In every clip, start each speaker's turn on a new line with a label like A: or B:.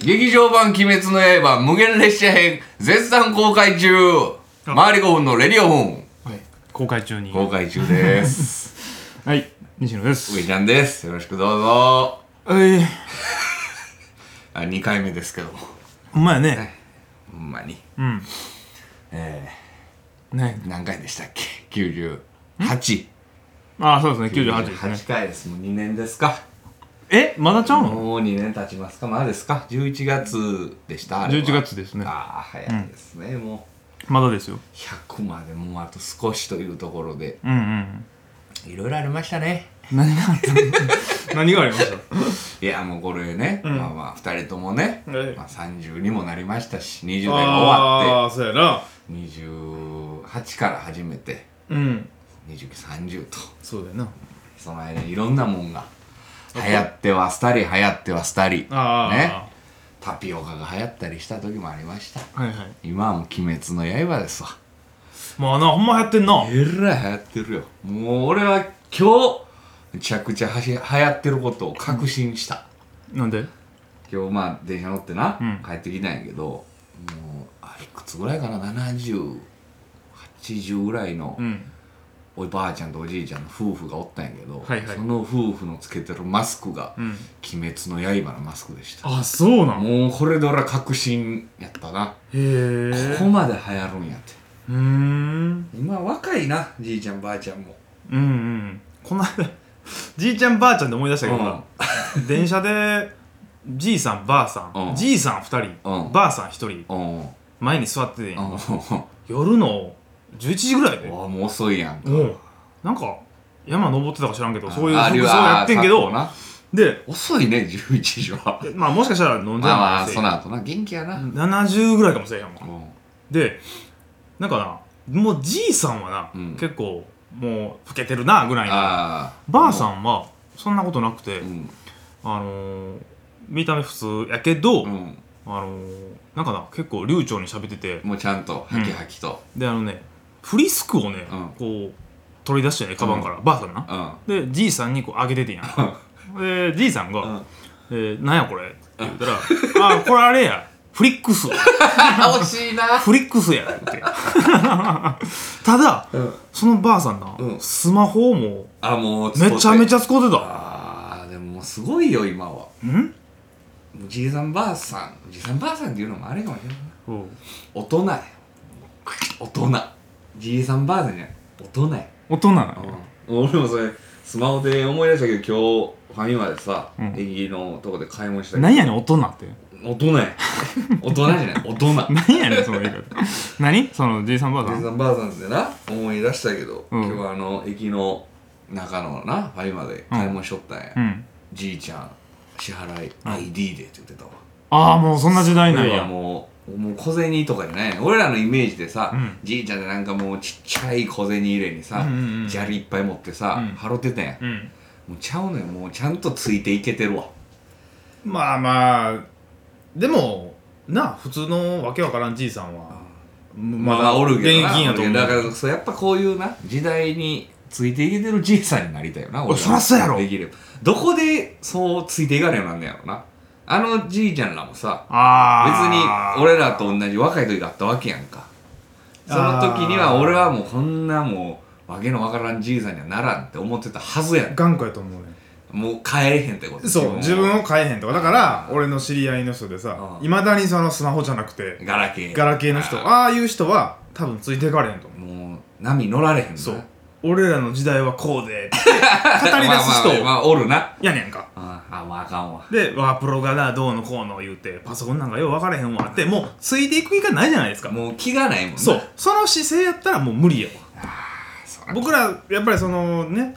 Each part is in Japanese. A: 劇場版「鬼滅の刃」無限列車編絶賛公開中周り5分のレディオン
B: はい、
C: 公開中に
A: 公開中です
C: はい西野です
A: 上ちゃんですよろしくどうぞ
B: えー、
A: あ2回目ですけど
B: ほんまやね、
A: ほんまに
C: うん
A: え
B: ね
A: ー、何回でしたっけ98
C: ああそうですね98ですね
A: 98回ですもう2年ですか
C: えまだちゃうの
A: もう2年経ちますかまだですか11月でしたあれは
C: 11月ですね
A: ああ早いですね、もう
C: まだですよ
A: 100までもうあと少しというところで
C: うんうん
A: いろいろありましたね
B: 何があった
C: 何がありました
A: いやもうこれね、まあまあ2人ともね、
C: ええ
A: まあ、30にもなりましたし20代が終わ
C: あ
A: っ
C: あそうやな
A: て28から始めて
C: うん
A: 2930と
C: そうだよな
A: その間にいろんなもんが流行っては廃り流行っては廃り
C: ああ
A: ねタピオカが流行ったりした時もありました
C: はいはい
A: 今はもう「鬼滅の刃」ですわ
C: まあなほんまやってんな
A: えらい流行ってるよもう俺は今日めちゃくちゃはし流行ってることを確信した、
C: なんで
A: 今日まあ電車乗ってな、
C: うん
A: 帰ってきたんやけどもうあいくつぐらいかな7080ぐらいの
C: うん
A: おばあちゃんとおじいちゃんの夫婦がおったんやけど、
C: はいはい
A: その夫婦のつけてるマスクが「
C: うん
A: 鬼滅の刃」のマスクでした
C: あそうなのへ
A: もうこれで俺は確信やったな、
C: え
A: ここまで流行るんやって
C: うーん
A: 今若いなじいちゃんばあちゃんも
C: うんうんこの間じいちゃんばあちゃんで思い出したけど
A: うん
C: な、電車でじいさんばあさん、
A: うん
C: じいさん2人、
A: うん
C: ばあさん1人
A: うんうん
C: 前に座ってて、
A: うん
C: 夜の11時ぐらいで、
A: わあもう遅いやんか
C: うんなんか山登ってたか知らんけどそういう
A: あ
C: 服
A: る
C: 装
A: わ
C: やってんけ
A: あ
C: ど
A: るわ
C: で
A: 遅いね11時は
C: まあもしかしたら飲んじ
A: まあま
C: ゃ
A: あ
C: う
A: そ
C: かも
A: の後な元気やな、うん
C: しれん70ぐらいかもしれへんわでなんかなもうじいさんはな、
A: うん
C: 結構もう老けてるなぐらいな
A: ああ
C: ばあさんはそんなことなくて、
A: うん
C: あのー、見た目普通やけど、
A: うん
C: あのー、なんかな結構流暢に喋ってて
A: もうちゃんとハキハキと
C: であのねフリスクをね、
A: うん
C: こう取り出してねカバンから、ばあさんな
A: うん、
C: でじいさんにこうあげててんや でじいさん
A: うん
C: が「えーなんやこれ?」って言ったら「あこれあれやフリックス
A: あ惜しいな
C: フリックスや」って ただ
A: うん
C: そのばあさんな、
A: うん
C: スマホをも
A: あもう
C: うめちゃめち
A: ゃ
C: ゃ使うてた
A: ああでももうすごいよ今は
C: うん
A: もうじいさんばあさんじいさんばあさんっていうのもあれかもしれない
C: おう
A: 大人や大人じいさんばあさんじゃない大人や
C: 大人なのよ
A: 俺もそれスマホで思い出したけど今日ファミマでさ、
C: うん
A: 駅のとこで買い物したけど
C: 何やねん大人って
A: 大人や大人じゃない大人
C: 何やねんその言い方何そのじいさんばあさ
A: じいさ
C: ん
A: んばあさんでな思い出したけど、
C: うん
A: 今日はあの駅の中のなファミマで買い物しとったんや、
C: うん
A: じいちゃん支払い ID でって言ってたわ、
C: ああもうそんな時代なん
A: 俺は
C: や
A: もうもう小銭とかじゃない俺らのイメージでさ、
C: うん
A: じいちゃんでなんかもうちっちゃい小銭入れにさ、
C: うんうんうん
A: 砂利いっぱい持ってさ、
C: うん
A: 払ってたんや、
C: うん
A: もうちゃうのよもうちゃんとついていけてるわ
C: まあまあでもな普通のわけわからんじいさんは
A: まだおるけどな
C: 現金やと思う
A: だからそうやっぱこういうな時代についていけてるじいさんになりたいよな
C: そらそうやろ
A: できればどこでそうついていかれようになんねやろなあのじいちゃんらもさ別に
C: ああ
A: 俺らと同じ若い時だったわけやんかその時には俺はもうこんなもうわけのわからんじいさんにはならんって思ってたはずやん
C: 頑固やと思うね
A: もう帰れへんってこと
C: そう自分を変えへんとかだから俺の知り合いの人で
A: あ
C: さ
A: あ
C: いまだにそのスマホじゃなくて
A: ガラケー
C: ガラケーの人ああいう人は多分ついていかれへんと思う
A: もう波乗られへんな
C: そう俺らの時代はこうでって語り出す
A: まあまあまあま
C: 人
A: あおるな
C: やねんか
A: ああまああかんわ
C: でワープロがなどうのこうの言うてパソコンなんかよう分からへんわってもうついていく以外ないじゃないですか
A: もう気がないもんな
C: そうその姿勢やったらもう無理やわ
A: そら
C: 僕らやっぱりそのね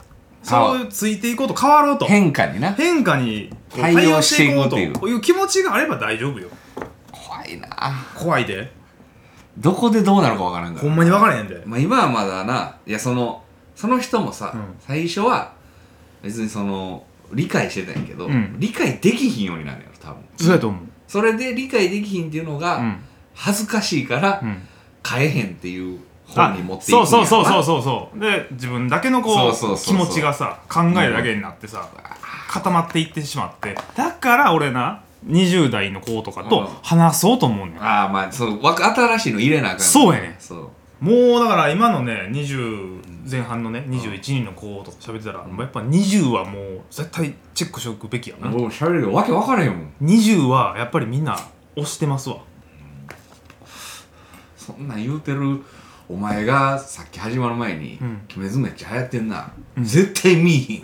A: 変わ
C: そういうついていこうと変わろうと
A: 変化にな
C: 変化にこう
A: 対応していこうという
C: こういう気持ちがあれば大丈夫よ
A: 怖いな
C: 怖いで
A: どこでどうなるかわからんか
C: ほ
A: ら、
C: んまに分からへんで
A: まあ、今はまだないやそのその人もさ、
C: うん
A: 最初は別にその理解してたんやけど、
C: うん
A: 理解できひんようになるやろ多分
C: そうやと思う
A: それで理解できひんっていうの
C: う
A: が
C: ん
A: 恥ずかしいから、
C: うん
A: 変えへんっていう方
C: あ
A: に持っていくん
C: そう
A: や
C: そうそうそううそうそうで自分だけの
A: そ
C: こ
A: うそう
C: う
A: そ
C: 気
A: うそう
C: 持ちがさ考えだけになってさ固まっていってしまってだから俺な20代の子とか
A: うん
C: と話そうと思うねん
A: ああまあそうわ新しいの入れなあかん
C: そうやねん
A: そう
D: もうだから今のね20前半のね21人の子とか喋ってたら、もうやっぱ20はもう絶対チェックしておくべきやな、
A: 僕も喋るけどわけ分からへんもん
D: 20はやっぱりみんな押してますわ
A: そんなん言うてるお前がさっき始まる前に
C: うん
A: 「鬼滅めっちゃ流行ってんな、絶対見い ひん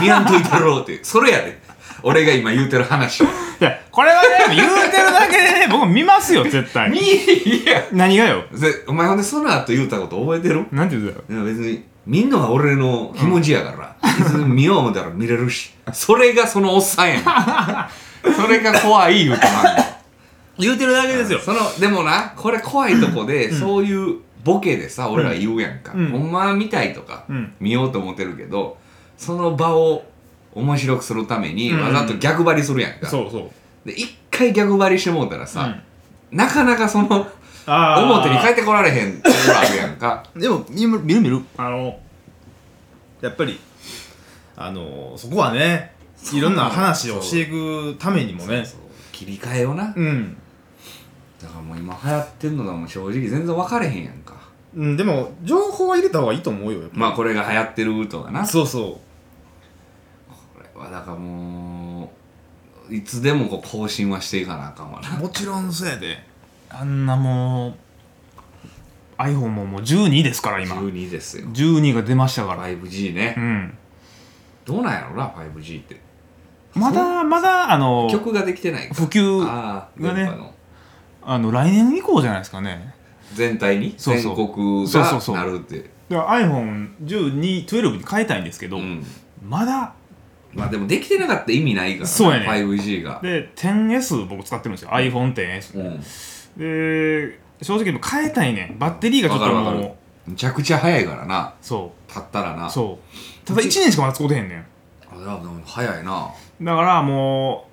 A: 見やんといたろ」ってそれやで俺が今言うてる話
C: いやこれはね言うてるだけでね 僕見ますよ絶対
A: 見いひんや
C: 何がよ
A: ぜお前ほんでその後言うたこと覚えてる
C: なんて言うてたよ
A: いや別に見んのは俺の気持ちやから、別に見よう思ったら見れるしそれがそのおっさんやね んそれが怖い言うてまんねん
D: 言うてるだけですよ
A: そのでもなこれ怖いとこで、そういうボケでさ俺ら言うやんか、
D: うん
A: ほんまは見たいとか、
D: うん
A: 見ようと思ってるけどその場を面白くするために
D: うん
A: わざと逆張りするやんか、
D: そうそう
A: で一回逆張りしてもうたらさ、なかなかその
D: あー
A: 表に帰ってこられへんところあるやん か
D: でも見る見る見るあのやっぱりあのそこはね
A: そう
D: いろんな話をしていくためにもね
A: そう切り替えよな
D: うん、
A: だからもう今流行ってんのがもう正直全然分かれへんやんか
D: うん、でも情報は入れた方がいいと思うよやっぱり
A: まあこれが流行ってるとかな
D: そうそ
A: これはだからもういつでもこう更新はしていかなあかんわな
D: うもちろんそうやで
C: あんなもう iPhone ももう12ですから今
A: 12ですよ
C: 12が出ましたから
A: 5G
C: う
A: ね、
C: ん
A: どうなんやろな 5G って
C: まだまだあの
A: 曲ができてない
C: 普及
A: ああ
C: がね
A: 電波の
C: あの来年以降じゃないですかね
A: 全体に
C: そう
A: 全
C: そう
A: 国
C: そうそうそ
A: が
C: う
A: なるって
C: だから iPhone1212 に変えたいんですけど、
A: うん
C: まだ
A: まあでもできてなかったら意味ないからな
C: そうやね
A: 5G が
C: で 10S 僕使ってるんですよ iPhone10S
A: うん
C: で正直もう変えたいねんバッテリーがちょっと
A: わかるわか
C: もう
A: むちゃくちゃ早いからな
C: そ
A: たったらな
C: うそうただ1年しかまだ使うてへんねん
A: あでも早いな
C: だからもう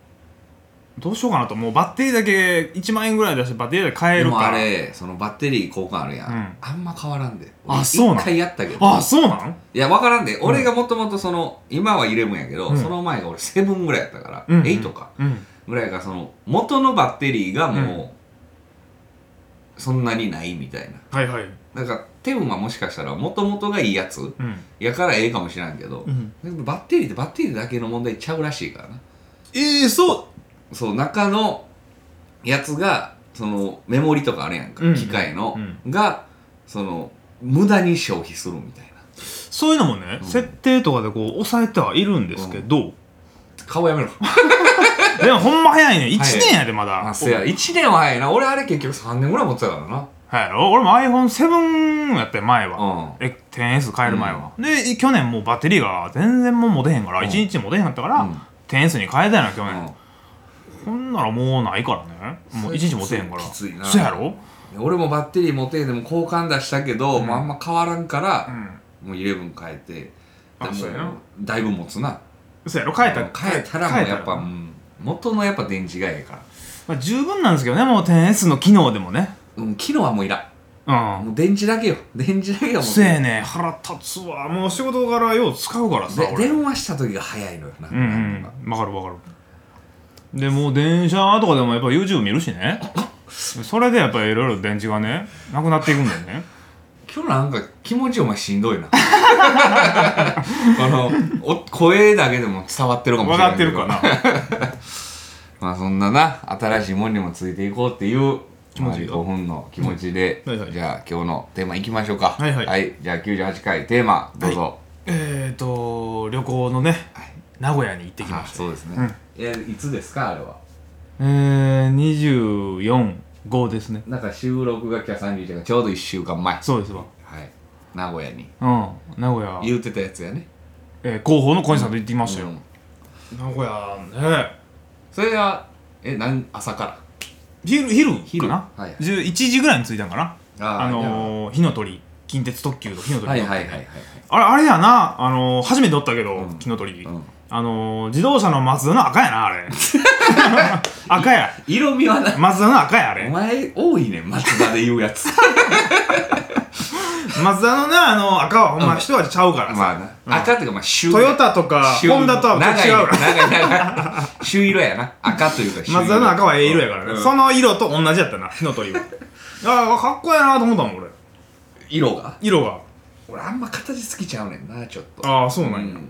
C: どうしようかなともうバッテリーだけ1万円ぐらい出してバッテリーだけ変え
A: で
C: るか
A: もあ
C: ら
A: れそのバッテリー交換あるやん、
C: うん
A: あんま変わらんで
C: あそうなん
A: 一回やったけど
C: あそうなん
A: いや、わからんで、俺がもともとその、今は11やけど、
C: うん
A: その前が俺7ぐらいやったから、
C: うん
A: 8か、
C: うん
A: ぐらいがその、元のバッテリーがもう、そんなにないみたいな。
C: はいはい
A: だから、テウンはもしかしたら、元々がいいやつ
C: うん、
A: やからええかもしらんけど、
C: うん、
A: でもバッテリーってバッテリーだけの問題ちゃうらしいからな。
D: ええそう
A: そう、中のやつが、その、メモリとかあるやんか、
C: うん
A: 機械の、
D: う
A: が、その、無駄に消費するみたいな。
C: そういうのもね、
A: うん
C: 設定とかでこう抑えてはいるんですけど、
A: 顔やめろ。
C: でもほんま早いね1年やでまだ、
A: あそうや1年は早いな俺あれ結局3年ぐらい持ってたからな
C: はいやろ俺も iPhone7 やって前は、
A: う
C: え 10S 変える前は、で去年もうバッテリーが全然もう持てへんから、
A: うん
C: 1日持てへんかったから、
A: うん
C: 10S に変えたよな去
A: ん、
C: 年、ほんならもうないからねもう1日持てへんから
A: きついな
C: そうやろ
A: うん俺もバッテリー持てへんでも交換出したけど、
C: うん
A: もうあんま変わらんか
C: う
A: ら、
C: ん
A: もう11変えて
C: あ
A: でも
C: そうやな
A: だいぶ持つな
C: そうやろ変えた
A: 変えたらもうやっぱ、う
C: ま
A: ん元のやっぱ電池がええから、
C: あ、十分なんですけどねもう 10S の機能でもね
A: うん、機能はもういら
C: うん
A: んもう電池だけよ 電池だけが持
C: せ
A: て
C: えね腹立つわもう仕事柄よう使うからさ
A: で
C: 俺
A: 電話した時が早いのよな、
C: うんうんわかるわかるでもう電車とかでもやっぱ YouTube 見るし ねそれでやっぱりいろいろ電池がねなくなっていくんだよね
A: 今日なんか気持ちお前しんどいな このお声だけでも伝わってるかも
C: 分
A: しれ
C: か
A: な
C: っ
A: い
C: て るかな
A: まあそんなな新しいもんにもついていこうっていう
D: 気持ちいいよ
A: 5分の気持ちで、
D: うんはいはい
A: じゃあ今日のテーマいきましょうか
D: はいはい
A: じゃあ98回テーマどうぞ、
C: えっと旅行のね名古屋に行ってき
A: あ
C: ました
A: そうですね、えいつですかあれは
C: えー、245ですね
A: なんか収録が今日31がちょうど1週間前
C: そうですわ
A: はい名古屋に
C: うん名古屋、
A: 言うてたやつやね
C: えー広報の小西さんと行ってきました
A: う
C: よ、
A: ん
D: 名古屋ね
A: それはえなん朝から
C: 昼昼
A: 昼
C: かな、
A: はいはい
C: 11時ぐらいに着いたんかな
A: あ
C: あのー、火の鳥近鉄特急と火の
A: じ
C: 鳥
A: ゃあはいはいはいはいはい
C: あれあれやな、あのー、初めて乗ったけど、
A: うん
C: 木の鳥、
A: うん
C: あのー、自動車の松田の赤やな あれ赤や
A: 色味はな
C: 松田の赤やあ れ
A: お前多いね松田で言うやつ
C: 松田のねあの赤はほんま一味ちゃうから
A: まあ
C: さ、
A: な、赤っていうかまあ朱
C: トヨタとか
A: 朱
C: ホンダとは違
A: 長いう
C: から
A: 長い長い 朱色やな赤というか朱色
C: 松田の赤はええ色やからね、
A: うん
C: その色と同じやったな火の鳥はああかっこええなと思ったもん俺
A: 色が
C: 色が
A: 俺あんま形好きちゃうねんなちょっと
C: ああそうな
A: う
C: んや、
A: ん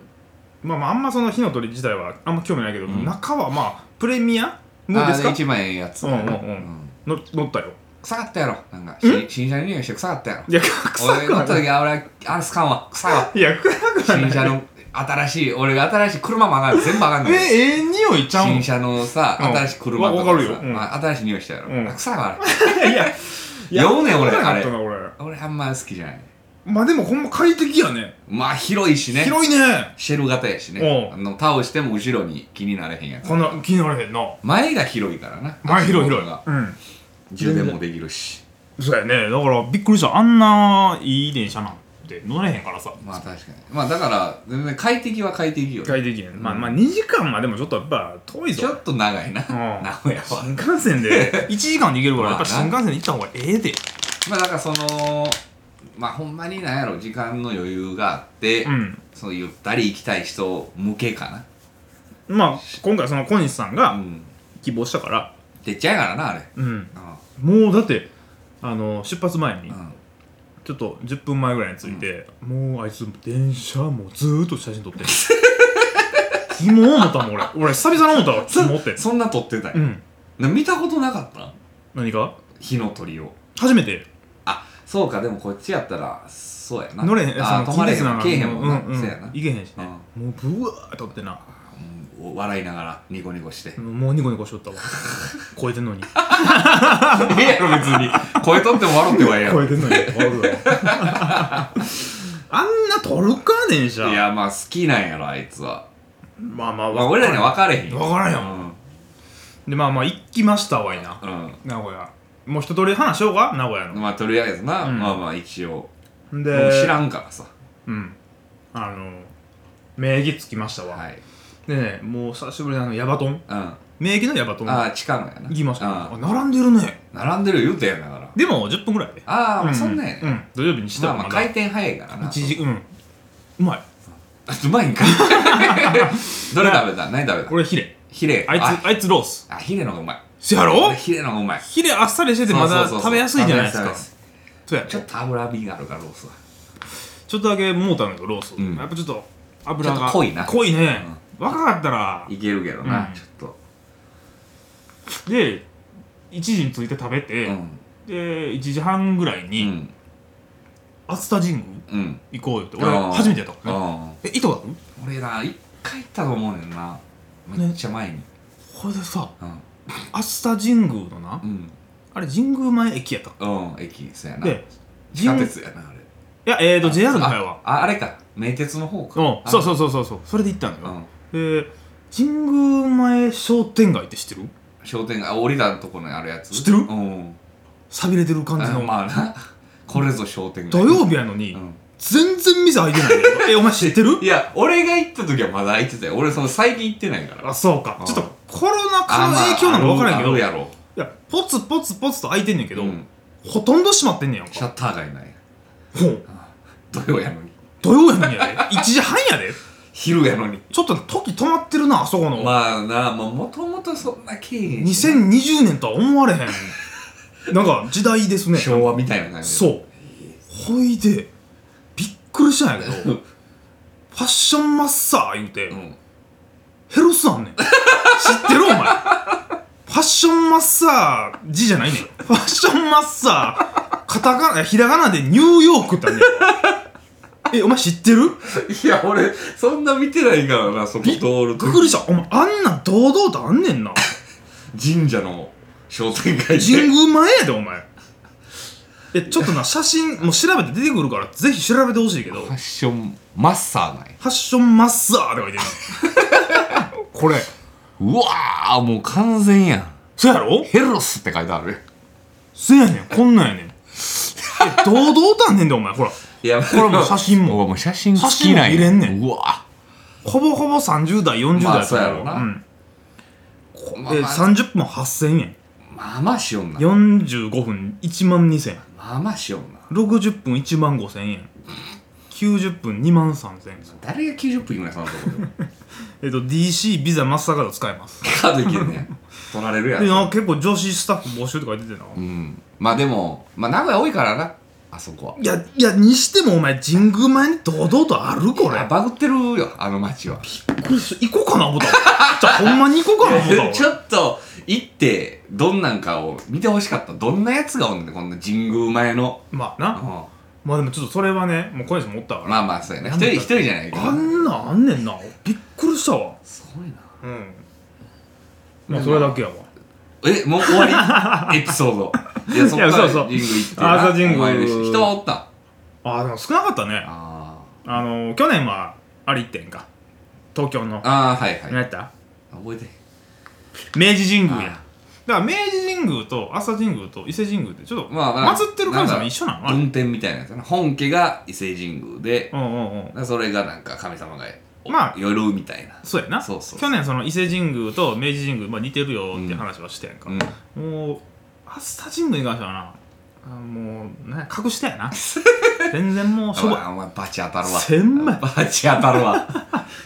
C: まあまああんまその火の鳥自体はあんま興味ないけど、
A: うん
C: 中はまあプレミアの
A: あ
C: です
A: ー
C: か
A: 一番ええやつ
C: うんうんうん
A: ん
C: の乗ったよ
A: 臭かったやろなんかし新車の匂いして臭かったやろ
C: いや臭
A: 俺
C: く
A: 乗
C: な
A: っ
C: い
A: た時あ俺あれすかんわ臭いわ
C: いや臭く
A: 新車の新しい俺が新しい車も上がる全部上がん
C: え
A: のよ
C: ええ匂いちゃうん
A: 新車のさ
C: うん
A: 新しい車とかさ
C: わわかるようん
A: まあ新しい匂いしたやろ、
C: うん
A: あ臭いわあれ
C: いや
A: 酔うねん俺
C: や
A: あれ
C: な俺
A: 俺あんま好きじゃない
C: まあでもほんま快適やね
A: まあ広いしね
C: 広いね
A: シェル型やしね
C: おう
A: あの倒しても後ろに気になれへんやつ
C: こんな気になれへんな
A: 前が広いからな
C: 前広い広い
A: が
C: うん
A: 充電もできるし
C: そうやねだからびっくりしたあんないい電車なんて乗れへんからさ
A: まあ確かにまあだから全然快適は快適よ
C: 快適やね、
A: ん
C: まあまあ2時間までもちょっとやっぱ遠い
A: ちょ
C: ぞ
A: っと長いな
C: うん
A: 名古屋は
C: 新幹線で1 時間で行けるからやっ
A: まあ
C: ぱ
A: な
C: 新幹線で行った方がええで
A: まあだからそのまあほんまになんやろ時間の余裕があって、
C: うん
A: そうゆったり行きたい人向けかな
C: まあ今回その小西さん
A: う
C: が
A: ん
C: 希望したから
A: でっちゃいからなあれ
C: うん
A: う
C: もうだってあの出発前に
A: んうん
C: ちょっと10分前ぐらいに着いて、もうあいつ電車もうずーっと写真 撮ってるキモー思ったもん俺俺久々に思ったわキモって
A: そんな撮ってたよ
C: う、ん
A: な見たことなかった
C: 何か
A: 火の鳥を
C: 初めて
A: あそうかでもこっちやったらそうやな
C: 乗れへん
A: あ
C: その
A: 止まれへん
C: 近鉄な
A: な
C: の
A: けえへんもんな、
C: うんうん、
A: そうやな
C: 行けへんしね、もうブワーっとってな
A: うん笑いながらニコニコして
C: もうニコニコし とったわ超えてんのに
A: ええやろ別に声取っても笑ってはええや
C: 超えてんのに笑うわあんな撮るか電車
A: ろいやまあ好きなんやろあいつは
C: まあまあ
A: まあ俺らには分かれへんよ
C: 分からんよでまあまあ行きましたわいな
A: うん、
C: 名古屋もう一通り話しようか名古屋
A: うん、
C: の
A: まあとりあえずな、
C: うん
A: まあまあ一応、
C: で
A: もう知らんからさ
C: うんあの名義つきましたわ、
A: はい、
C: でねもう久しぶりにあのヤバトン
A: うん、あ
C: 名義のヤバトン行
A: あ地下のやな
C: きました
A: あ
C: あ並んでるね
A: 並んでる言うてやんだから
C: でも10分ぐらいで
A: ああ、ま
C: う
A: あ
C: ん
A: そんなんやね、
C: うん土曜日にして
A: まあ
C: は
A: まあ
C: まだ
A: 回転早いからな
C: 1時 うんうまいう
A: まいん かどれ食べた何食べた
C: これヒレ
A: ヒレ
C: あいつあいつロース
A: あヒレの方がうまい
C: せやろ
A: 俺ヒレの方がうまい
C: ヒレあっさりしててまだ
A: そうそうそうそう
C: 食べやすいじゃないです
A: 食べ
C: か
A: やすい食べや
C: そうや
A: すいちょっと脂身があるからロースは
C: ちょっとだけもうたんだけどロース
A: うん
C: やっぱちょっと油
A: ちょっ
C: が
A: と濃いな
C: 濃いね若かったら
A: いけるけどな、
C: うん
A: ちょっと
C: で1時に着いて食べて
A: うん
C: で1時半ぐらいうに
A: ん
C: 熱田神宮
A: うん
C: 行こうよって
A: あ
C: 俺
A: ー
C: 初めてやったから
A: あ
C: ねえいとこだった
A: あ俺ら一回行ったと思うねんなめっちゃ前に、
C: これでさ
A: うん
C: 熱田神宮のな
A: うん
C: あれ神宮前駅やったか
A: うん駅そうやな
C: で
A: 地下
C: 神
A: 鉄やなあれ
C: いやえーと JR の方やわ
A: ああれか名鉄の方か
C: うんそうそううそうそうそうそれで行ったんだ
A: う
C: よ
A: ん
C: で神宮前商店街って知ってる
A: 商店街あ降りたとこにあるやつ
C: 知ってる
A: うん
C: さびれてる感じ
A: あ
C: の
A: まあなこれぞ商店街
C: 土曜日やのに、
A: うん
C: 全然店開い てないよえお前知ってる
A: いや俺が行った時はまだ行ってたよ俺その最近行ってないから
C: あそうか
A: うん
C: ちょっとコロナ禍の影響なのか分からんけ
A: あ
C: ど
A: る
C: い
A: やろ
C: やポツポツポツと開いてんねんけど、
A: うん
C: ほとんど閉まってんねんやん
A: シャ
C: か
A: ッター街ない
C: ほん
A: 土曜やのに
C: 土曜やのにやで1時半やで
A: 昼やのに
C: ちょっと時止まってるなあそこの、
A: まあなまあもともとそんな経営
C: 2020年とは思われへんなんか時代ですね
A: 昭和みたいな感じ
C: そううほいでびっくりしたん やけどファッションマッサー言うて、
A: ん
C: ヘロスあんねん知ってるお前ファッションマッサー字じゃないねんファッションマッサーカタカナひらがなでニューヨークってあんねんえお前知ってる
A: いや俺そんな見てないからなそこ通
C: びっ
A: る
C: くり
A: 時
C: したお前あんなん堂々とあんねんな
A: 神社の商店街
C: 神
A: で
C: 宮前やでお前えちょっとな写真もう調べて出てくるからぜひ調べてほしいけど
A: ファッションマッサーなんや
C: ファッションマッサーって書いてるこれ
A: うわーもう完全やん
C: そやろ
A: ヘロスって書いてある
C: そやねんこんなんやねんえ堂々とあんねんでお前ほら
A: いや
C: これもう写真も
A: もう写真好
C: 好
A: き
C: き
A: な
C: なんん
A: や
C: や
A: うわ
C: ほぼほぼ30代40代
A: まあ
C: やと
A: そ
C: 思
A: うやろな
C: うん
A: まあ
C: で
A: まあ
C: 30分8000円
A: まあまあしよんな
C: 45分1万2000円
A: まあまあしよんな
C: 60分1万5千円90分2万3千円
A: 誰が90分言うねんそんなとこで
C: えっと DC ビザマスターカード使えます
A: カードいけん ねん取られるや
C: でなん
A: ん
C: か結構女子スタッフ募集とか出てな、
A: うんまあでもまあ名古屋多いからなあそこはい
C: やいやにしてもお前神宮前に堂々とあるこれ
A: いやバグってるよあの街は
C: これ行こうか な思ったわじゃあほんまに行こうかな思ったわ
A: ちょっと行ってどんなんかを見てほしかったどんなやつがおんねんこんな神宮前の、
C: まあ
A: う
C: なんまあでもちょっとそれはねもう今夜持ったから、
A: まあまあそうやね一人一人じゃないけど
C: あんなんあんねんなびっくりしたわ
A: すごいな
C: うんまあそれだけやわ
A: えもう終 わりエピソードいやそっか
C: い
A: ら
C: やそうそう
A: 神宮行って
C: あそう神宮
A: お参りして人はおったんあ
C: あーでも少なかったね
A: あ
C: あの去年はあれ行ってんか東京の
A: ああはいはい
C: 何やった
A: 覚えてへん
C: 明治神宮
A: あ
C: やだから明治神宮と朝神宮と伊勢神宮ってちょっと
A: まあまあ
C: 祀ってる神様一緒なのあれ
A: 運転みたいなやつやな本家が伊勢神宮で
C: うんうんうん
A: だからそれがなんか神様がお
C: まあ
A: 寄るみたいな
C: そうやな
A: そうそうそう
C: 去年その伊勢神宮と明治神宮、まあ、似てるよって話はしてんか、
A: うん
C: もう朝神宮に関してはなあもうね隠して やな全然もうそば
A: あお前バチ当たるわ
C: 千 枚
A: バチ当たるわ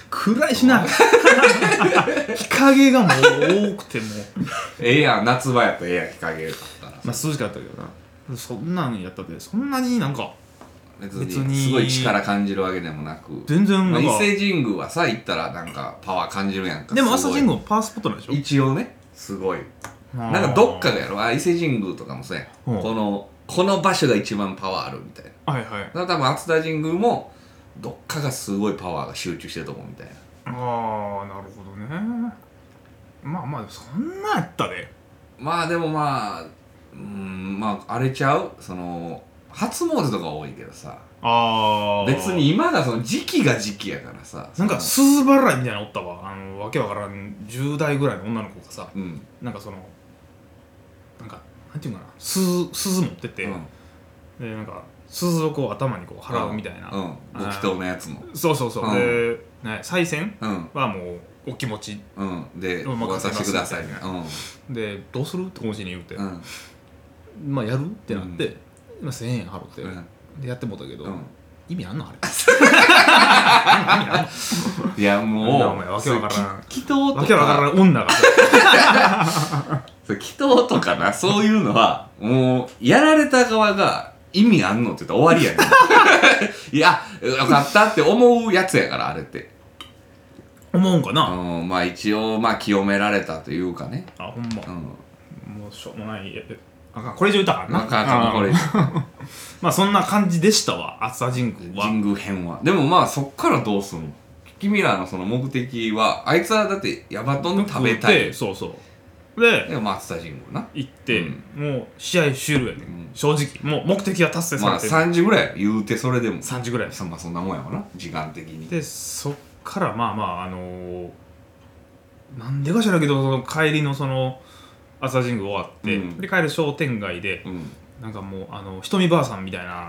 C: 暗いしな 日陰がもう多くてもう
A: ええやん夏場やったらええやん日陰だったら
C: まあ涼しかったけどなそんなんやったってそんなになんか
A: 別
C: 別
A: に
C: に
A: すごい力感じるわけでもなく
C: 全然
A: ま
C: な
A: あ
C: ん
A: 伊
C: か、
A: 勢神宮はさ行ったらなんかパワー感じるやんか
C: でも
A: す
C: 朝
A: ごい
C: 神宮はパワースポットなんでしょ
A: 一応ねすごい
C: な
A: なんかどっかがやろあ伊勢神宮とかもそうやん
C: うん
A: このこの場所が一番パワーあるみたいな
C: はいはい
A: だから多分熱田神宮もどっかがすごいパワーが集中してると思うみたいな
C: ああなるほどねまあまあそんなんやったで
A: まあでもまあうんまああれちゃうその初詣とか多いけどさ
C: ああ
A: 別に今がその時期が時期やからさ
C: なんか
A: そ
C: 鈴払いみたいなのおったわあのわけわからん10代ぐらいの女の子がさ
A: のうん
C: なんかそのなんかなんていうんかな鈴鈴持ってて、
A: うん
C: でなんか鈴をこう頭にこう払うみたいな、
A: うんご祈祷のやつも
C: そうそうそう、
A: うん
C: で、ね、賽銭
A: うん
C: はもうお気持ち
A: うんで
C: お
A: お
C: 任せ
A: 渡
C: し
A: し
C: ます
A: ください
C: みたい
A: うん
C: でどうするって友達に言うて、
A: うん
C: まあやるってなって、今1000円払って、
A: うん
C: でやってもうたけど、
A: うん
C: 意味あんのあれ
A: いや
C: なんだ
A: も
C: お前
A: う
C: わけわからん
A: それき祈祷
C: わ
A: と
C: けわから
A: か
C: ん女が
A: そう祈祷とかなそういうのはもうやられた側が意味あんのって言ったら終わりやねん いやよかったって思うやつやからあれって
C: 思うんかな、
A: うんまあ一応まあ清められたというかね
C: あほんま
A: う、ん
C: もうしょうもないええあかんこれ以上言ったらあかんな
A: なんかあ
C: うん
A: これ
C: まあそんな感じでしたわ熱田神宮は
A: 神宮編はでもまあそっからどうすんの君らのその目的はあいつはだってヤバトン食べたい
C: そうそうで
A: で松田神宮な
C: 行って、
A: うん
C: もう試合終了やね、
A: うん
C: 正直もう目的は達成さ
A: ま
C: れ
A: あ
C: てる、
A: 3時ぐらい言うてそれでも
C: 3時ぐらいです
A: そまあそんなもんやわな時間的に
C: でそっからまあまああのーなんでか知らんけどその帰りのその熱田神宮終わって、
A: うん
C: で帰る商店街で
A: うん、うん、
C: なんかもうあの瞳ばあさんみたいな、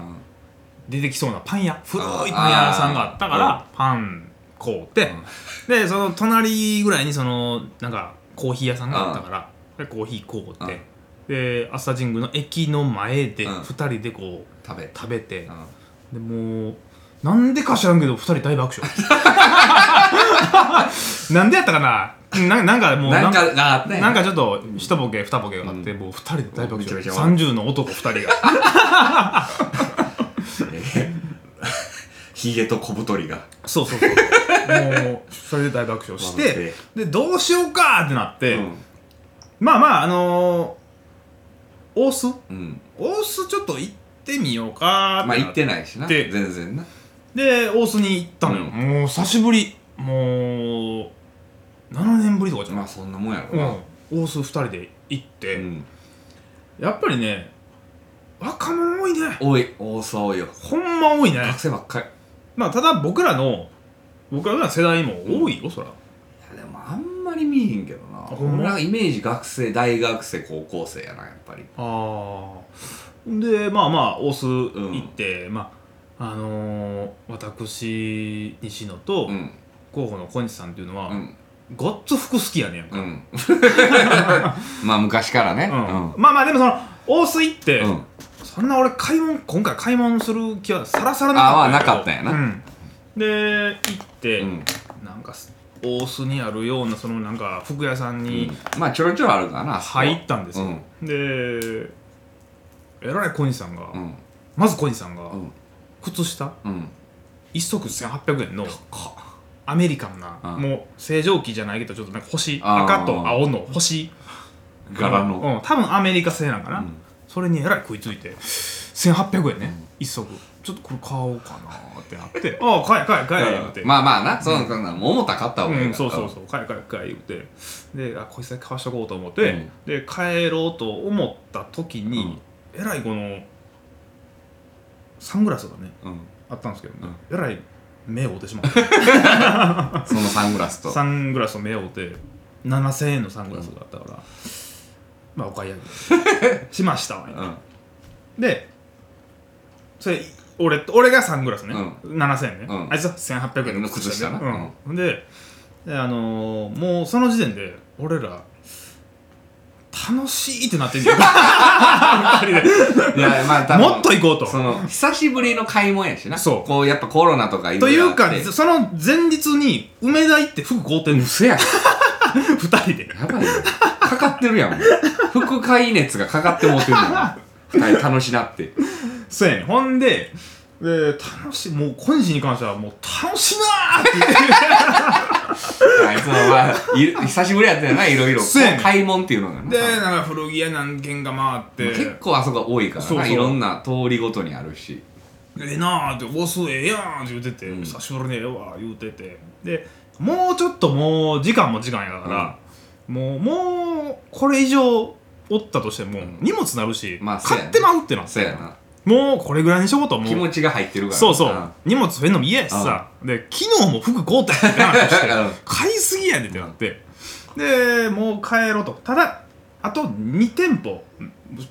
C: 出てきそうなパン屋古いパン屋さんがあったからパン買うて、でその隣ぐらいにそのなんかコーヒー屋さんがあったから、でコーヒー買うて、で朝神宮の駅の前で
A: うん
C: 2人でこう
A: 食べた
C: 食べて、
A: うん
C: でもうなんでか知らんけど2人大爆 笑なんでやったかなななんかもう
A: なんかがあったんや
C: なんかちょっと一ボケ二ボケがあって、
A: うん
C: もう2人で大爆
A: めちゃめ
C: 笑
A: ちゃ
C: 30の男2人が
A: え ヒゲと小太りが
C: そうそうそうもうそれで大爆笑してでどうしようかってなって、
A: うん
C: まあまああのー、大須
A: うん、
C: 大須ちょっと行ってみようか
A: まあ
C: って
A: 行
C: な
A: ってないしな
C: で
A: 全然な
C: で大須に行ったのよ、
A: うん
C: もう久しぶりもう7年ぶりとかじゃな
A: ま
C: い
A: あ、そんなもんやろ
C: う
A: な、
C: ん、大須2人で行って、
A: うん、
C: やっぱりね若者多いね
A: 多い多さ多いよ
C: ほんま多いね
A: 学生ばっかり
C: まあただ僕らの僕らの世代も多いよ、そら
A: いやでもあんまり見えへんけどな
C: ほんま
A: 俺はイメージ学生大学生高校生やなやっぱり
C: ああでまあまあ大須行って、まああのー私西野と
A: うん
C: 候補の小西さんっていうのは、
A: うん
C: ごっつ服好きやねんか、
A: うん。 まあ昔からね。
C: うんまあまあでもその大水って、
A: うん。うん。
C: そんな俺買い物今回買い物する気はさらさらな
A: ああ、
C: か
A: な
C: った
A: か
C: んや
A: っ
C: け
A: たん
C: ど
A: やな。
C: うんで行って、
A: うん
C: なんかす大須にあるようなそのなんか服屋さんに
A: まあちょろちょろあるからな。あそこは
C: 入ったんですよ、でえらい小西さんが、
A: うん。うん。
C: まず小西さんが、
A: うん
C: 靴下
A: うん。
C: 1足1800円のアメリカンな、
A: うん
C: もう正常期じゃないけどちょっとなんか星
A: あー
C: 赤と青の星
A: 柄の。
C: うん、多分アメリカ製なんかな、
A: うん
C: それにえらい食いついて1800円ね、一足ちょっとこれ買おうかなってなって「ああ買え買え買え」言うて、
A: まあまあな、そんな、そんな、桃田買った方がいいから
C: うん、そうそうそう買え買え買え言うてであこいつだけ買わしとこうと思って、
A: うん
C: で帰ろうと思った時に、えらいこのサングラスがね
A: うん。
C: あったんですけどね、えらい目を追ってしま った
A: そのサングラスと。
C: サングラスを目を追って7000円のサングラスがあったから、まあお買い上げしましたわ、
A: うん。
C: でそれ俺と俺がサングラスね、
A: う
C: 7000円ね、
A: うん
C: あいつは1800円の靴下ね
A: 靴下な
C: うん、でであのー、もうその時点で俺ら楽しいってなってん けど
A: いや、まあ多分
C: もっと行こうと
A: その、久しぶりの買い物やしな。
C: そう
A: こう、やっぱコロナとかい
C: と
A: ろ
C: い
A: ろあ
C: う
A: って
C: かその前日に梅田行って服買 うてんの
A: うそや。
C: 二人で
A: やばいよ。かかってるやん。もう副会熱がかかってもうてるやん。二人楽しなって。
C: そうやねんほんでで楽しいもう今時に関してはもう楽しいなーって言って
A: あいつもまあ、い久しぶりやったよな、いろいろ。こ
C: そうやねん
A: う買い物っていう のがな。
C: でなんか古着屋何軒か回って
A: 結構あそこが多いからな
C: そうそう
A: いろんな通りごとにあるし。
C: ええなあって「おそうええやん」って言ってて「
A: うん
C: 久しぶりにええわ」言うててでもうちょっともう時間も時間やから、もうもうこれ以上おったとしても
A: ん
C: 荷物なるし、
A: まあそうやな
C: 買ってまうってなって
A: そうやな。
C: もうこれぐらいにしとこうと思
A: 気
C: う
A: 持ちが入ってるからな。
C: そうそう、
A: ん
C: 荷物増えんのも嫌やしさ、で昨日も服買うたやんってなって
A: うん
C: 買いすぎやでってなって、でもう帰ろうとただあと2店舗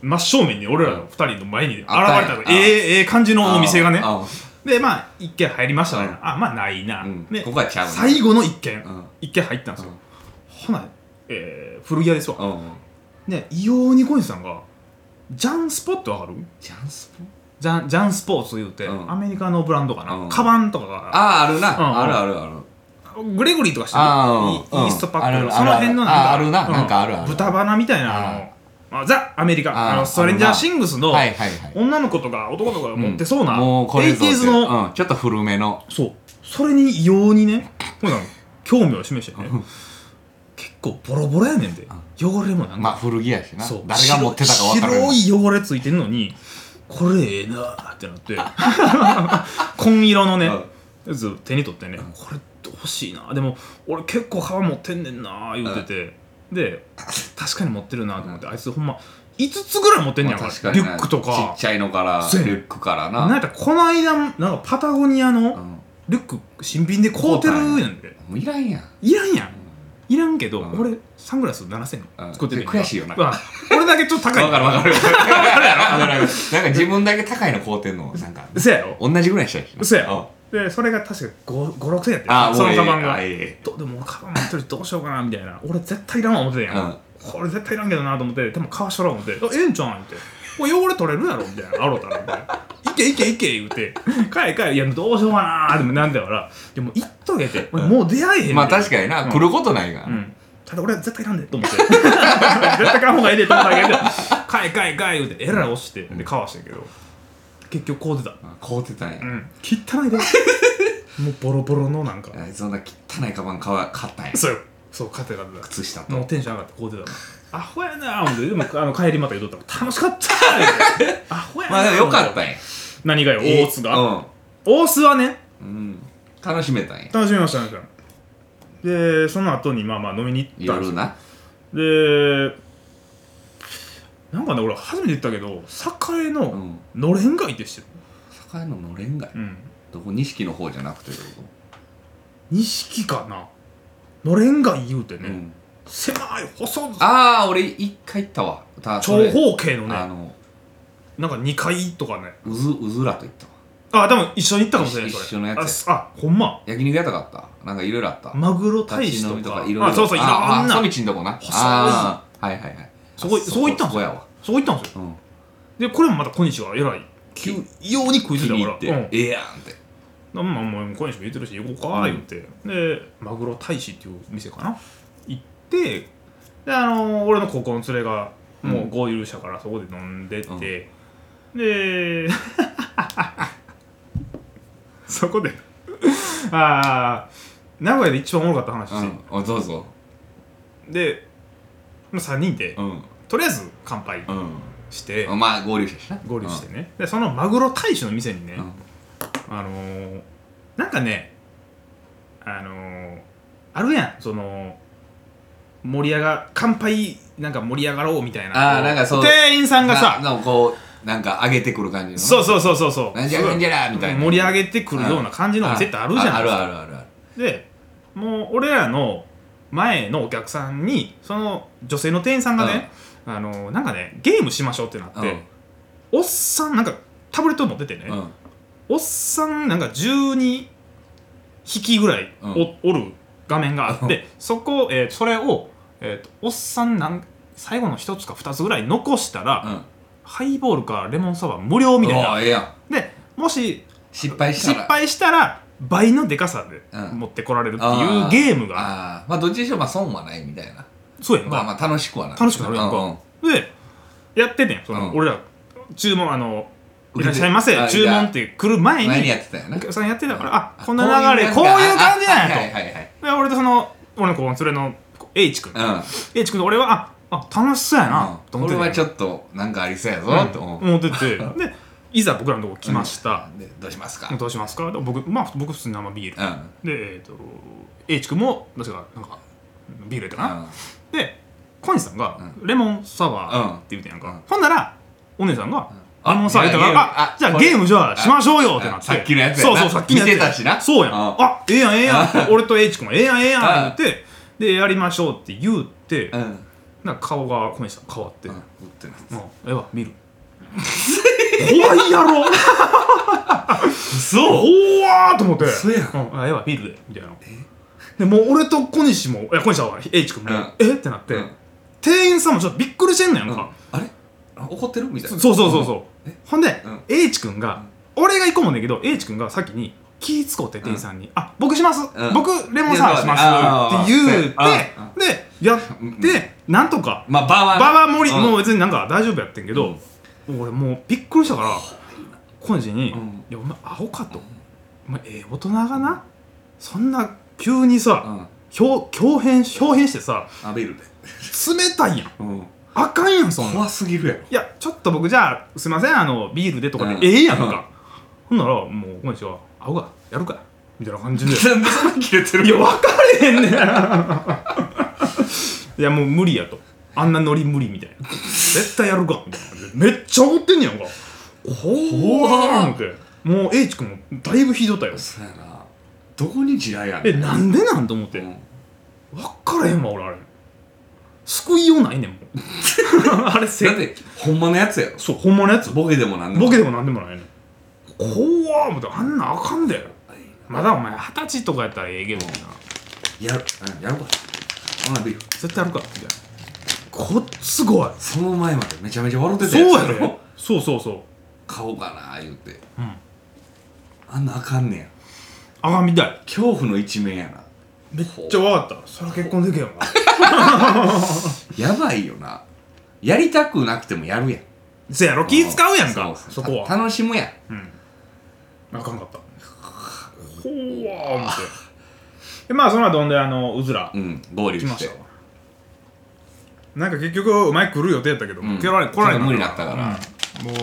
C: 真正面に俺らの2人の前に現れた
A: あったんや
C: のええええ感じのお店がね
A: あ
C: でまあ一軒入りましたね、
A: うん
C: あまあないな、
A: うん
C: で
A: ここはちゃうな
C: 最後の一軒、
A: うん
C: 一軒入ったんですよ、
A: うん
C: ほな、えー、古着屋ですわ
A: あうん。
C: で異様に小西さんがジャンスポットわかる
A: チャンスポ
C: ジャンジャンスポーツ言うて、
A: うん
C: アメリカのブランドかな、
A: うん
C: カバンとかが
A: ああ、あるな。
C: うん
A: あるあるある。
C: グレゴリーとかしてる
A: あーうん
C: イイーストパ
A: あ
C: ック
A: るあ
C: の
A: る
C: その辺の
A: あるな
C: う
A: なんかあるある
C: 豚鼻みたいなあのまあ、ザ・アメリカ
A: あー
C: あのストレンジャーシングスの
A: はいはいはい。
C: 女の子とか男の子が持ってそうな、
A: もうこれぞっていう
C: 80s の、
A: うん、ちょっと古めの。
C: そうそれに異様 にねこれなん興味を示してね結構ボロボロやねんで汚れもなんか、
A: まあ古着やしな。
C: そう
A: 誰が持ってたか分からん
C: 白白い汚れついてんのにこれええなーってなって 紺色のねやつ手に取ってねこれ欲しいなでも俺結構革持ってんねんなー言うててで確かに持ってるなと思ってあいつほんま5つぐらい持ってんね
A: ま
C: や
A: あ
C: か
A: 確か
C: ら、
A: に
C: リ
A: な
C: ュックとか
A: ちっちゃいのからリ
C: そうやねん
A: ュックから
C: なんや
A: な
C: ったらこの間なんかパタゴニア
A: う
C: の
A: ん
C: リュック新品で買うてるやんで、
A: もういらんやん
C: いらんやんいらんけど、
A: うん
C: 俺サングラス7000
A: うん
C: 円作ってて
A: 悔しいよな
C: わ俺だけちょっと高い
A: わかるわかるわかるやろわかるなんか自分だけ高いの買うてんのなんか
C: せやろ
A: 同じぐらいしたいしな
C: そうや
A: ん
C: でそれが確か56000円や
A: あ
C: っ
A: あ
C: てそのカバン
A: あ
C: が
A: えええ
C: どでも俺カバン持ってるどうしようかなみたいな俺絶対いらんわ思ってたやん、
A: うん
C: これ絶対いらんけどなと思ってでもかわしとろう思ってあええんちゃうんってこれ汚れ取れるやろみたいなあろうたらみたい ないけいけいけ言うて帰え帰えいやどうしようかなーでもなんだからでも行っとけて俺もう出会えへん
A: え
C: で
A: まあ確かにな、
C: うん
A: 来ることないが、
C: うん、ただ俺は絶対いらんでと思って絶対買う方がいいでと思ったけど「買え買え買え」言うてえらい押してでかわしてんけど結局こう出た
A: 買うてたんや、
C: うん汚いで もうボロボロのなんか
A: あそんな汚いカバン買わ買ったんや
C: そうよそう勝て勝て
A: 靴下
C: たもう
A: と
C: テンション上がってこう出たもんアホやなぁ思ってでもあの帰りまた言うとったら楽しかった言うて アホやな
A: まあ
C: ぁ
A: でもよかったんや
C: 何がよ大津が
A: うん、
C: 大津はね
A: うん、楽しめたんや
C: 楽しみましたねでその後にまあまあ飲みに行ったんです
A: 夜
C: よ
A: な
C: でなんかね俺初めて言ったけど栄
A: う
C: の
A: ん
C: のれん街って知って
A: 栄ののれん街
C: るうん
A: どこ錦の方じゃなくてってこ
C: 錦かなのれん街言うて
A: と、
C: ね、
A: うん、
C: 狭い細い
A: ああ俺一回行ったわた
C: 長方形の
A: あ
C: ね
A: の
C: なんか2階とかね
A: うずうずらと行ったわ
C: あでも一緒に行ったかもしれない
A: 一
C: それ
A: 一緒のやつや
C: あすあほんま
A: 焼肉屋とかあったなんかいろいろあった
C: マグロ大
A: 立ち
C: 使
A: 飲
C: と
A: みと
C: か
A: かいろいろ
C: あそうそういろん
A: ああ
C: な
A: 細道のとこな
C: 細い
A: あーはいはいはい
C: そこ
A: あ
C: そこ行ったんす
A: そこ
C: よ
A: やわ
C: そう行ったんですよ
A: うん
C: でこれもまた小西がえらい
A: 急に
C: ように食いつい
A: 気
C: た
A: に入
C: から
A: って
C: うん
A: ええやんって
C: まあまあもう小西も言ってるし行こうか言って、でマグロ大使っていう店かな行ってであのー俺の高校の連れがもう合流者からそこで飲んでて、で そこで ああ名古屋で一番おもろかった話して、
A: うんあどうぞ
C: で、まあ、3人で、
A: うん
C: とりあえず乾杯
A: う
C: して、
A: んまあ合流者やしな
C: 合流してね、でそのマグロ大使の店にね、
A: うん
C: あのー、なんかねあのー、あるやんその盛り上が乾杯なんか盛り上がろうみたいな
A: あーなんかそう
C: 店員さんがさ
A: ななんかこうなんか上げてくる感じの
C: そうそうそうそうそう
A: なんじゃなんじゃらみたいな
C: 盛り上げてくるような感じの店ってあるじゃん
A: ああるあるあるある
C: でもう俺らの前のお客さんにその女性の店員さんがね、あのーなんかねゲームしましょうってなって、おっさんなんかタブレット持っててね、
A: うんうん
C: おっさんなんか12匹ぐらいお,、
A: うん
C: おる画面があってそこ、えーそれを、えーとおっさんなん最後の1つか2つぐらい残したら、
A: うん
C: ハイボールかレモンサワー無料みたい
A: お
C: な
A: ーええやん
C: でもし
A: 失敗した
C: 失
A: ら
C: 敗したら倍のでかさで
A: うん
C: 持ってこられるって
A: あ
C: いうゲームが
A: あーまあどっちにしろまあ損はないみたいな
C: そうやんか、
A: まあまあ楽しくはなる
C: 楽しくなるやんか
A: うんうん
C: でやっててんその、
A: うん
C: 俺ら注文あの「い
A: 受け
C: ら
A: て
C: っしゃいませ
A: あ
C: 注文」って来る前
A: 前に
C: に
A: やってたよな
C: お客さんやってたから「あ
A: あ
C: この流れこういう感じなんや」と。
A: はいはいはいはい
C: で俺とその俺の子のそれの H 君、
A: うん
C: H 君と俺はああ楽しそうやな、と
A: うん
C: 思っ
A: これ
C: て
A: はちょ
C: っ
A: っとなんかありそうやぞ
C: と
A: と思う
C: 思って てでいざ僕らのとこ来ました、
A: でどうしますか
C: どうしますかで僕まあ僕普通に生ビール、
A: うん
C: でえっ、と H 君も確かなんかビールやったかな、
A: うん
C: で小西さんが、
A: う
C: レモンサワ
A: うん
C: ーって言うてんやんか、
A: うん
C: ほんならお姉さんが、
A: あ
C: レモンサワー言ったからあじゃあゲームじゃあしましょうよってなって
A: さっきのやつやな
C: そうそうさっきのやつや
A: 見てたしな
C: そうや
A: う
C: ん
A: ん
C: あええやんええやんって 俺と H 君がええやんええやんって言ってでやりましょうって言うて、
A: うんうん
C: なんか顔が小西さん変わって、うん、
A: 打ってな
C: ええわ見る怖いやろ
A: そう
C: おわーと思って
A: 嘘やん
C: うんあええわビールでみたいなでもう俺と小西もいや小西さんは H 君も、
A: うん
C: えってなって、
A: うん
C: 店員さんもちょっとびっくりしてんのやんか、
A: あれあ怒ってるみたい
C: そ
A: な
C: そうそうそうそう、ほんで、
A: うん
C: H 君が、俺が行こうもんだけど H 君が先に気使って店員さんに「あ僕します、
A: うん
C: 僕レモンサワーします」って
A: いや
C: 言う
A: そうやね
C: てでやって、なんとか
A: まあバーは
C: バ
A: な
C: バ盛り、
A: うん
C: もう別になんか大丈夫やってんけど、俺もうびっくりしたから小西に「
A: うん
C: いやお前アホか」と「お前ええ大人がなそんな急にさ、
A: うん
C: ひょう豹変豹変してさ
A: あビールで
C: 冷たいやん
A: うん
C: あかんやんそんなん
A: 怖すぎるやろ
C: いやちょっと僕じゃあすいませんあのビールでとかで、
A: うん
C: ええやんか、ほんならもう小西は「青がやるか」みたいな感じ で
A: なんでそんな切れてる
C: いや分かれへんねんいやもう無理やとあんなノリ無理みたいな絶対やるかみたいな感じでめっちゃ怒ってんねやんか怖ーってもう H 君もだいぶひどたよ
A: そうやなどこに地雷や
C: えなんでなんと思って
A: うん
C: 分からへんわ俺あれ救いようない ねんもうあれせ
A: だってほんまのやつやろ
C: そうほんまのやつ
A: ボケでもなんでも
C: ボケでもなんでもないね怖っ思ってあんなんあかんだよまだお前二十歳とかやったらええけどな
A: やるうんやろうかほなビール
C: 絶対やるかみたいなこっつごい
A: その前までめちゃめちゃ笑ってた
C: そうや
A: つ
C: ろそうそうそう
A: 買おうかな言うて
C: うん
A: あんなあかんねや
C: あかんみたい
A: 恐怖の一面やな
C: めっちゃわかったそら結婚できへん わ
A: やばいよなやりたくなくてもやるやん
C: せやろ気使うやんか
A: う
C: そこ
A: た
C: は
A: 楽しむやん
C: うんあかんかったほわー思ってでまあその後ほんであのうずら
A: うん合流
C: 来ま
A: し
C: してたわなんか結局お前来る予定やったけど、
A: うん
C: 来られ来ら
A: ち
C: れ
A: ょっと無理だったから、
C: うんもう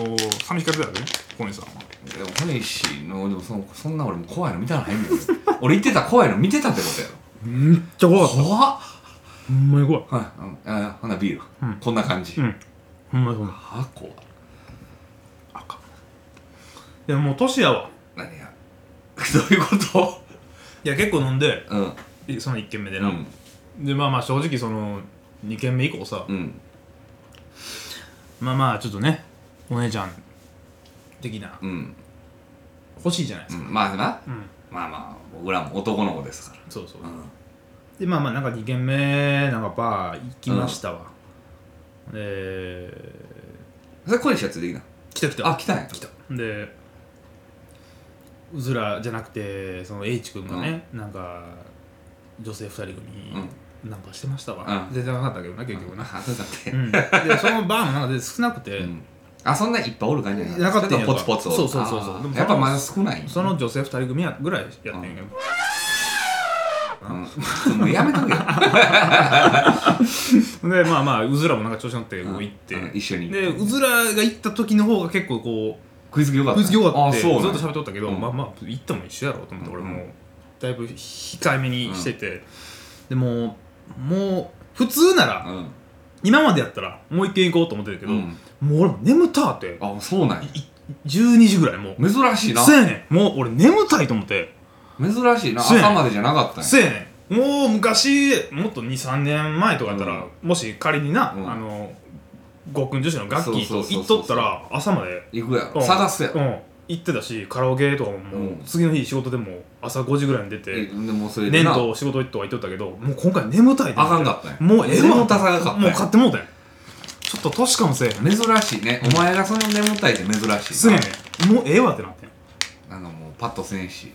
C: 寂しかったよね小西さんは
A: でも小西のでもそのそんな俺も怖いの見たらへんねん 俺言ってた怖いの見てたってことやろ
C: めっちゃ怖かった
A: 怖っ
C: ほんまに怖い
A: はい、うん、あほなビール、
C: うん
A: こんな感じ、
C: うんほんまにそんな
A: あ怖っ
C: あかんでももう年やわ
A: 何や どういうこ
C: いや結構飲んで
A: とうん
C: いその1軒目で
A: う
C: な、
A: ん
C: でまあまあ正直その2軒目以降さ、
A: うん
C: まあまあちょっとねお姉ちゃん的な
A: うん
C: 欲しいじゃないで
A: う
C: すか、
A: ん、まあな
C: うん
A: まあまあ僕らも男の子ですか
C: そうそう、
A: ら、うん、
C: でまあまあなんか2軒目なんかバー行きましたわ、え
A: それ恋しやつでいいな
C: ー、来た来た
A: あ来たんや
C: 来たでうずらじゃなくてその H 君がね、なんか女性2人組になんかしてましたわ、
A: うん
C: 全然なかったけどな結局な、
A: あそうだって、
C: うん、でそのバーもなんか全然少なくて、
A: うんあそんないっぱいおる感じじゃ
C: なかったんや
A: ちょっとポツポツおる
C: そうそうそうそう
A: あ
C: でも
A: ーやっぱまだ少ない
C: その女性2人組やぐらいやってんけど、
A: うん、もうやめとけよ
C: でまあまあうずらもなんか調子乗ってこう行って、
A: うん一緒に
C: でうずらが行った時の方が結構こう
A: 食いつきよかった
C: 食いつきよかった
A: あ
C: ってず
A: そ
C: っ
A: う
C: と
A: なんや
C: 喋っとったけど、
A: うん
C: まあまあ行ったも一緒やろうと思って、
A: うん
C: 俺もだいぶ控えめにしてて、でももう普通なら、
A: うん
C: 今までやったらもう一軒行こうと思ってるけど、
A: うん
C: もう俺も眠たって
A: あそうなんや
C: 12時ぐらいもう
A: 珍しいな
C: せやねんもう俺眠たいと思って
A: 珍しいな
C: そうやね
A: 朝までじゃなかったんや
C: せやねんもう昔もっと23年前とかやったら、もし仮にな、
A: うん
C: あのごっくん女子のガッキー
A: そうそ
C: と
A: うそう
C: 行っ
A: そう
C: とったら朝まで
A: 行くや
C: う
A: ろ
C: ん
A: 探すや
C: う
A: ろ
C: ん行ってたしカラオケとかももう、
A: うん
C: 次の日仕事でも朝5時ぐらいに出て、
A: えでもうそれで
C: 年
A: な
C: 度仕事行っとは言っとったけどもう今回眠たいで
A: あかんかったんや
C: もうええわ
A: 眠たさがかったん
C: も
A: や
C: う買ってもうたんやちょっと年かもせえへん
A: 珍しいねお前がその眠たいって珍しいな
C: すやねんもうええわってなってん
A: なんかもうパッとせんし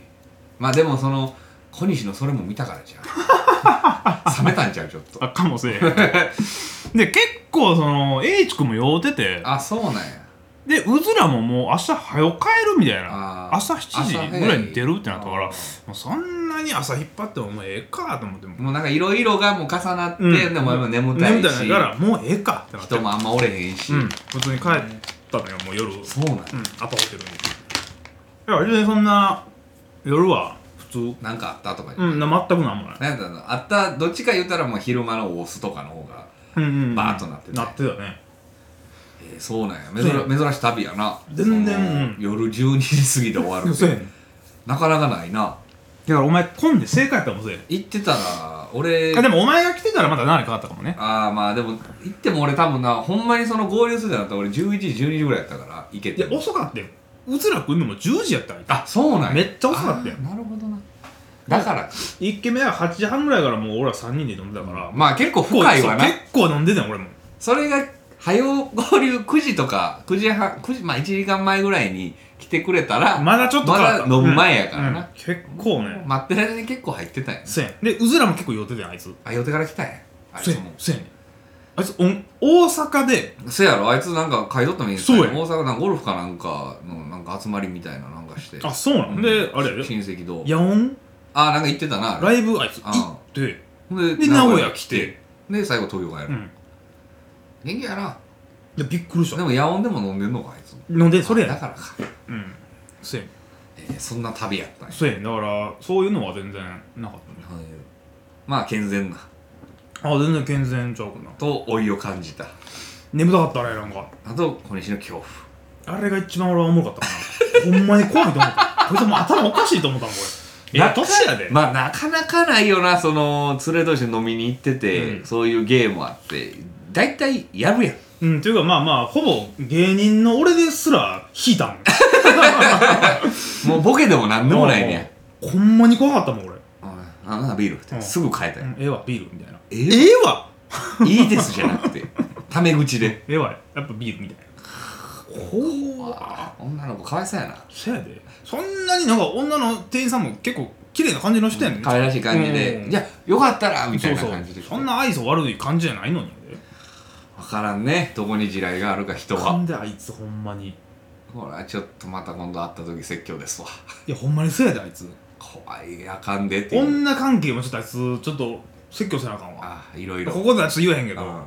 A: まあでもその小西のそれも見たからじゃ ん冷めたんちゃうちょっと
B: あかもせ えへんで結構その H 君も酔うてて
A: あそうなんや
B: でうずらももう明日早帰るみたい
A: あ
B: な
A: ー
B: 朝7時ぐらいに出るってなったから
A: あ
B: も
A: ー
B: うそんなに朝引っ張ってももうええかと思っても
A: もうなんかいろいろがもう重なって、
C: うん
A: でもやっぱ眠たい
C: 眠
A: した
C: いからもうええかってなって
A: 人もあんまおれへんし、
C: うん普通に帰ったのよもう夜うん
A: そうなんや、
C: アパホテルにいや全然そんな夜は普通
A: なんかあったとか、
C: うんな全くなんもない
A: なんやったのあったどっちか言ったらもう昼間のオスとかの方が、
C: うんうんうん
A: バーッとなってて
C: なってたね
A: えー、そうなんや珍珍しい旅やな
C: 全然
A: その
C: うん
A: 夜12時過ぎで終わる
C: そうやね
A: って
C: ん
A: なかなかないな
C: だからお前混んで正解やったもんせえへん
A: 行ってたら俺
B: あでもお前が来てたらまだ何かあったかもね
A: ああまあでも行っても俺多分なほんまにその合流するってなったら俺11時12時ぐらいやったから行け
C: い
A: て
C: や遅かったようずらくんのも10時やったんや
A: あそうなんや
C: めっちゃ遅かったよ
A: あーなるほどなだから
C: 1軒目は8時半ぐらいからもう俺ら3人で飲んでたから、
A: まあ結構
C: 結構
A: 深いわな
C: そう結構飲んでたよ俺も
A: それが早う合流9時とか9時半9時まあ1時間前ぐらいに来てくれたら
C: まだちょっと
A: ま
C: か
A: だ飲む前やからな、
C: うん結構ね
A: 待ってる間に結構入ってたんや
C: せやねんでうずらも結構酔ってたよあいつ
A: あ予定から来たんやあい
C: せ
A: つ
C: やね
A: も
C: んせやねんあいつおん大阪で
A: せやろあいつなんか買い取ったみたいな
C: そうや
A: 大阪なんかゴルフかなんかのなんか集まりみたいななんかして
C: あそうなん、
A: うん
C: であれやで
A: 親戚と
C: 野音
A: あなんか行ってたな
C: ライブあいつ
A: あ
C: 行って
A: で
C: で名古屋来て
A: で最後東京帰る、
C: うん
A: 元気やな
C: でびっくりし
A: で
C: た
A: も野音でも飲んでんのかあいつ
C: 飲んでそれやね
A: だ
C: ん
A: からか、
C: うんせやねん
A: えーそんな旅やったんや
C: せやねんだからそういうのは全然なかっ
A: はいまあ健全な
C: たねあ全然健全ちゃうかな
A: と老いを感じた
C: 眠たかったねなんか
A: あと小西の恐怖
C: あれが一番俺はおもろかったかな ほんまに怖いと思ったこいつもう頭おかしいと思ったもんこれいや
A: なか
C: 年やで
A: まあなかなかないよなその連れ同士で飲みに行ってて、
C: うん
A: そういうゲームあって大体やるやん
C: うんというかまあまあほぼ芸人の俺ですら引いたもん
A: もうボケでも なんでもないね
C: もうほんまに怖かったもん俺、
A: んあなんかビールって、
C: うん
A: すぐ変えた
C: う
A: よ、
C: ん、ええわビールみたいな
A: え
C: え
A: ー
C: えわ
A: いいですじゃなくてタメ口 で
C: ええわやっぱビールみたいなほー
A: 女の子かわいそうやな
C: せやでそんなになんか女の店員さんも結構綺麗な感じの人やねん、
A: 可愛らしい感じ
C: う
A: で「
C: ん
A: じゃあよかったら」みた
C: そ
A: いうな
C: そう
A: 感じで
C: そんな愛想悪い感じじゃないのに
A: 分からんねどこに地雷があるか人
C: な
A: は
C: んであいつほんまにい
A: ほらちょっとまた今度会った時説教ですわ
C: やほんまにせやであいつ
A: 怖いあかんでっていう
C: 女関係もちょっとあいつちょっと説教せなあかんわ
A: あいろいろ
C: ここではちょっと言えへんけど、
A: うん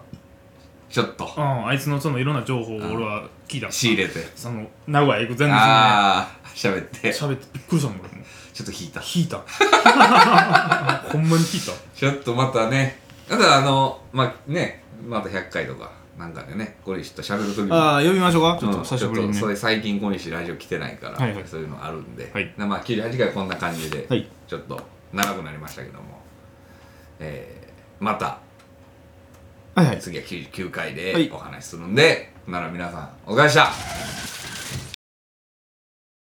A: ちょっと
C: うん、あいつのそのいろんな情報を
A: ん
C: 俺は聞いた
A: 仕入れて
C: その名古屋行く前日にね
A: ああ喋って
C: 喋ってびっくりしたもん俺も
A: ちょっと引いた
C: 聞 いた ほんまに聞いた
A: ちょっとまたねただあのまあねまた100回とかなんかでねこれちょっと喋る時も
C: ああ呼びましょうか
B: ちょっと
A: うん
B: 久しぶりにね
A: ちょっとそれ最近小西ラジオ来てないから、
B: はいはい
A: そういうのあるんで、
B: はい
A: なまあ98回こんな感じで、
B: はい
A: ちょっと長くなりましたけども、えーまた
B: はいはい
A: 次は99回でお話しするんで、なら皆さんお疲れ様でした